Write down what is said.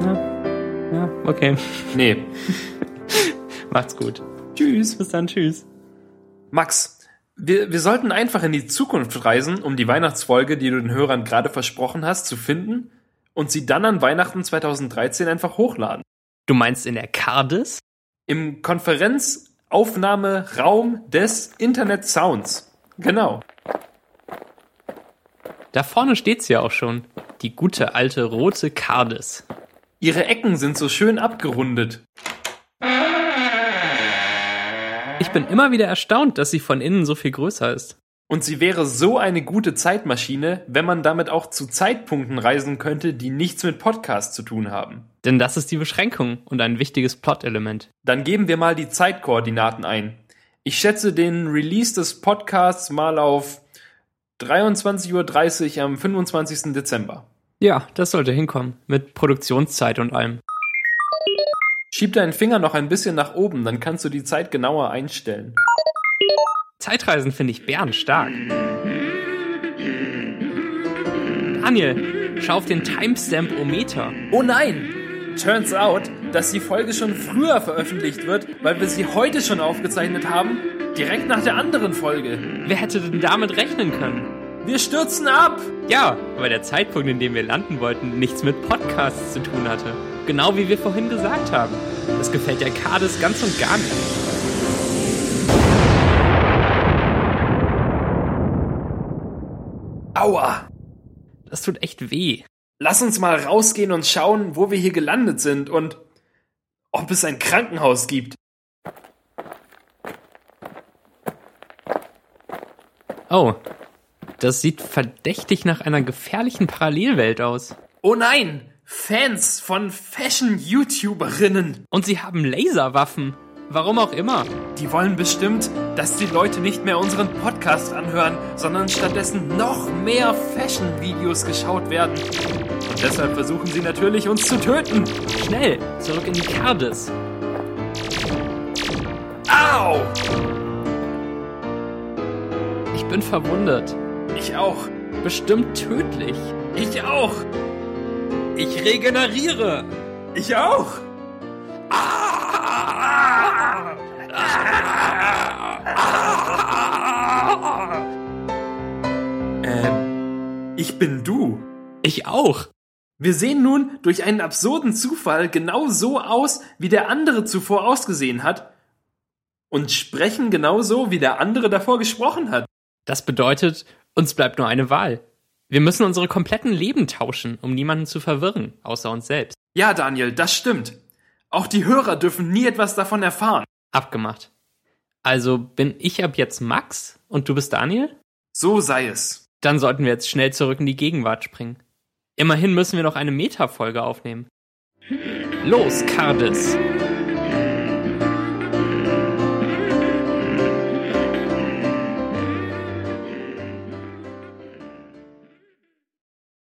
Ja. Ja, okay. Nee. Macht's gut. Tschüss, bis dann, tschüss. Max, wir, wir sollten einfach in die Zukunft reisen, um die Weihnachtsfolge, die du den Hörern gerade versprochen hast, zu finden und sie dann an Weihnachten 2013 einfach hochladen. Du meinst in der Cardis? Im Konferenzaufnahmeraum des Internet Sounds. Genau. Da vorne steht's ja auch schon. Die gute alte rote Cardis. Ihre Ecken sind so schön abgerundet. Ich bin immer wieder erstaunt, dass sie von innen so viel größer ist. Und sie wäre so eine gute Zeitmaschine, wenn man damit auch zu Zeitpunkten reisen könnte, die nichts mit Podcasts zu tun haben. Denn das ist die Beschränkung und ein wichtiges Plot-Element. Dann geben wir mal die Zeitkoordinaten ein. Ich schätze den Release des Podcasts mal auf 23.30 Uhr am 25. Dezember. Ja, das sollte hinkommen. Mit Produktionszeit und allem. Schieb deinen Finger noch ein bisschen nach oben, dann kannst du die Zeit genauer einstellen. Zeitreisen finde ich bärenstark. Daniel, schau auf den Timestamp-O-Meter. Oh nein! Turns out, dass die Folge schon früher veröffentlicht wird, weil wir sie heute schon aufgezeichnet haben, direkt nach der anderen Folge. Wer hätte denn damit rechnen können? Wir stürzen ab! Ja, weil der Zeitpunkt, in dem wir landen wollten, nichts mit Podcasts zu tun hatte. Genau wie wir vorhin gesagt haben. Das gefällt der Kades ganz und gar nicht. Aua! Das tut echt weh. Lass uns mal rausgehen und schauen, wo wir hier gelandet sind und ob es ein Krankenhaus gibt. Oh, das sieht verdächtig nach einer gefährlichen Parallelwelt aus. Oh nein! Fans von Fashion-YouTuberinnen! Und sie haben Laserwaffen. Warum auch immer. Die wollen bestimmt, dass die Leute nicht mehr unseren Podcast anhören, sondern stattdessen noch mehr Fashion-Videos geschaut werden. Und deshalb versuchen sie natürlich, uns zu töten. Schnell, zurück in die Kades. Au! Ich bin verwundert. Ich auch. Bestimmt tödlich. Ich auch. Ich regeneriere. Ich auch. Ah! Ah! Ähm, ich bin du. Ich auch. Wir sehen nun durch einen absurden Zufall genau so aus, wie der andere zuvor ausgesehen hat und sprechen genau so, wie der andere davor gesprochen hat. Das bedeutet, uns bleibt nur eine Wahl. Wir müssen unsere kompletten Leben tauschen, um niemanden zu verwirren, außer uns selbst. Ja, Daniel, das stimmt. Auch die Hörer dürfen nie etwas davon erfahren. Abgemacht. Also bin ich ab jetzt Max und du bist Daniel? So sei es. Dann sollten wir jetzt schnell zurück in die Gegenwart springen. Immerhin müssen wir noch eine Meta-Folge aufnehmen. Los, Cardis!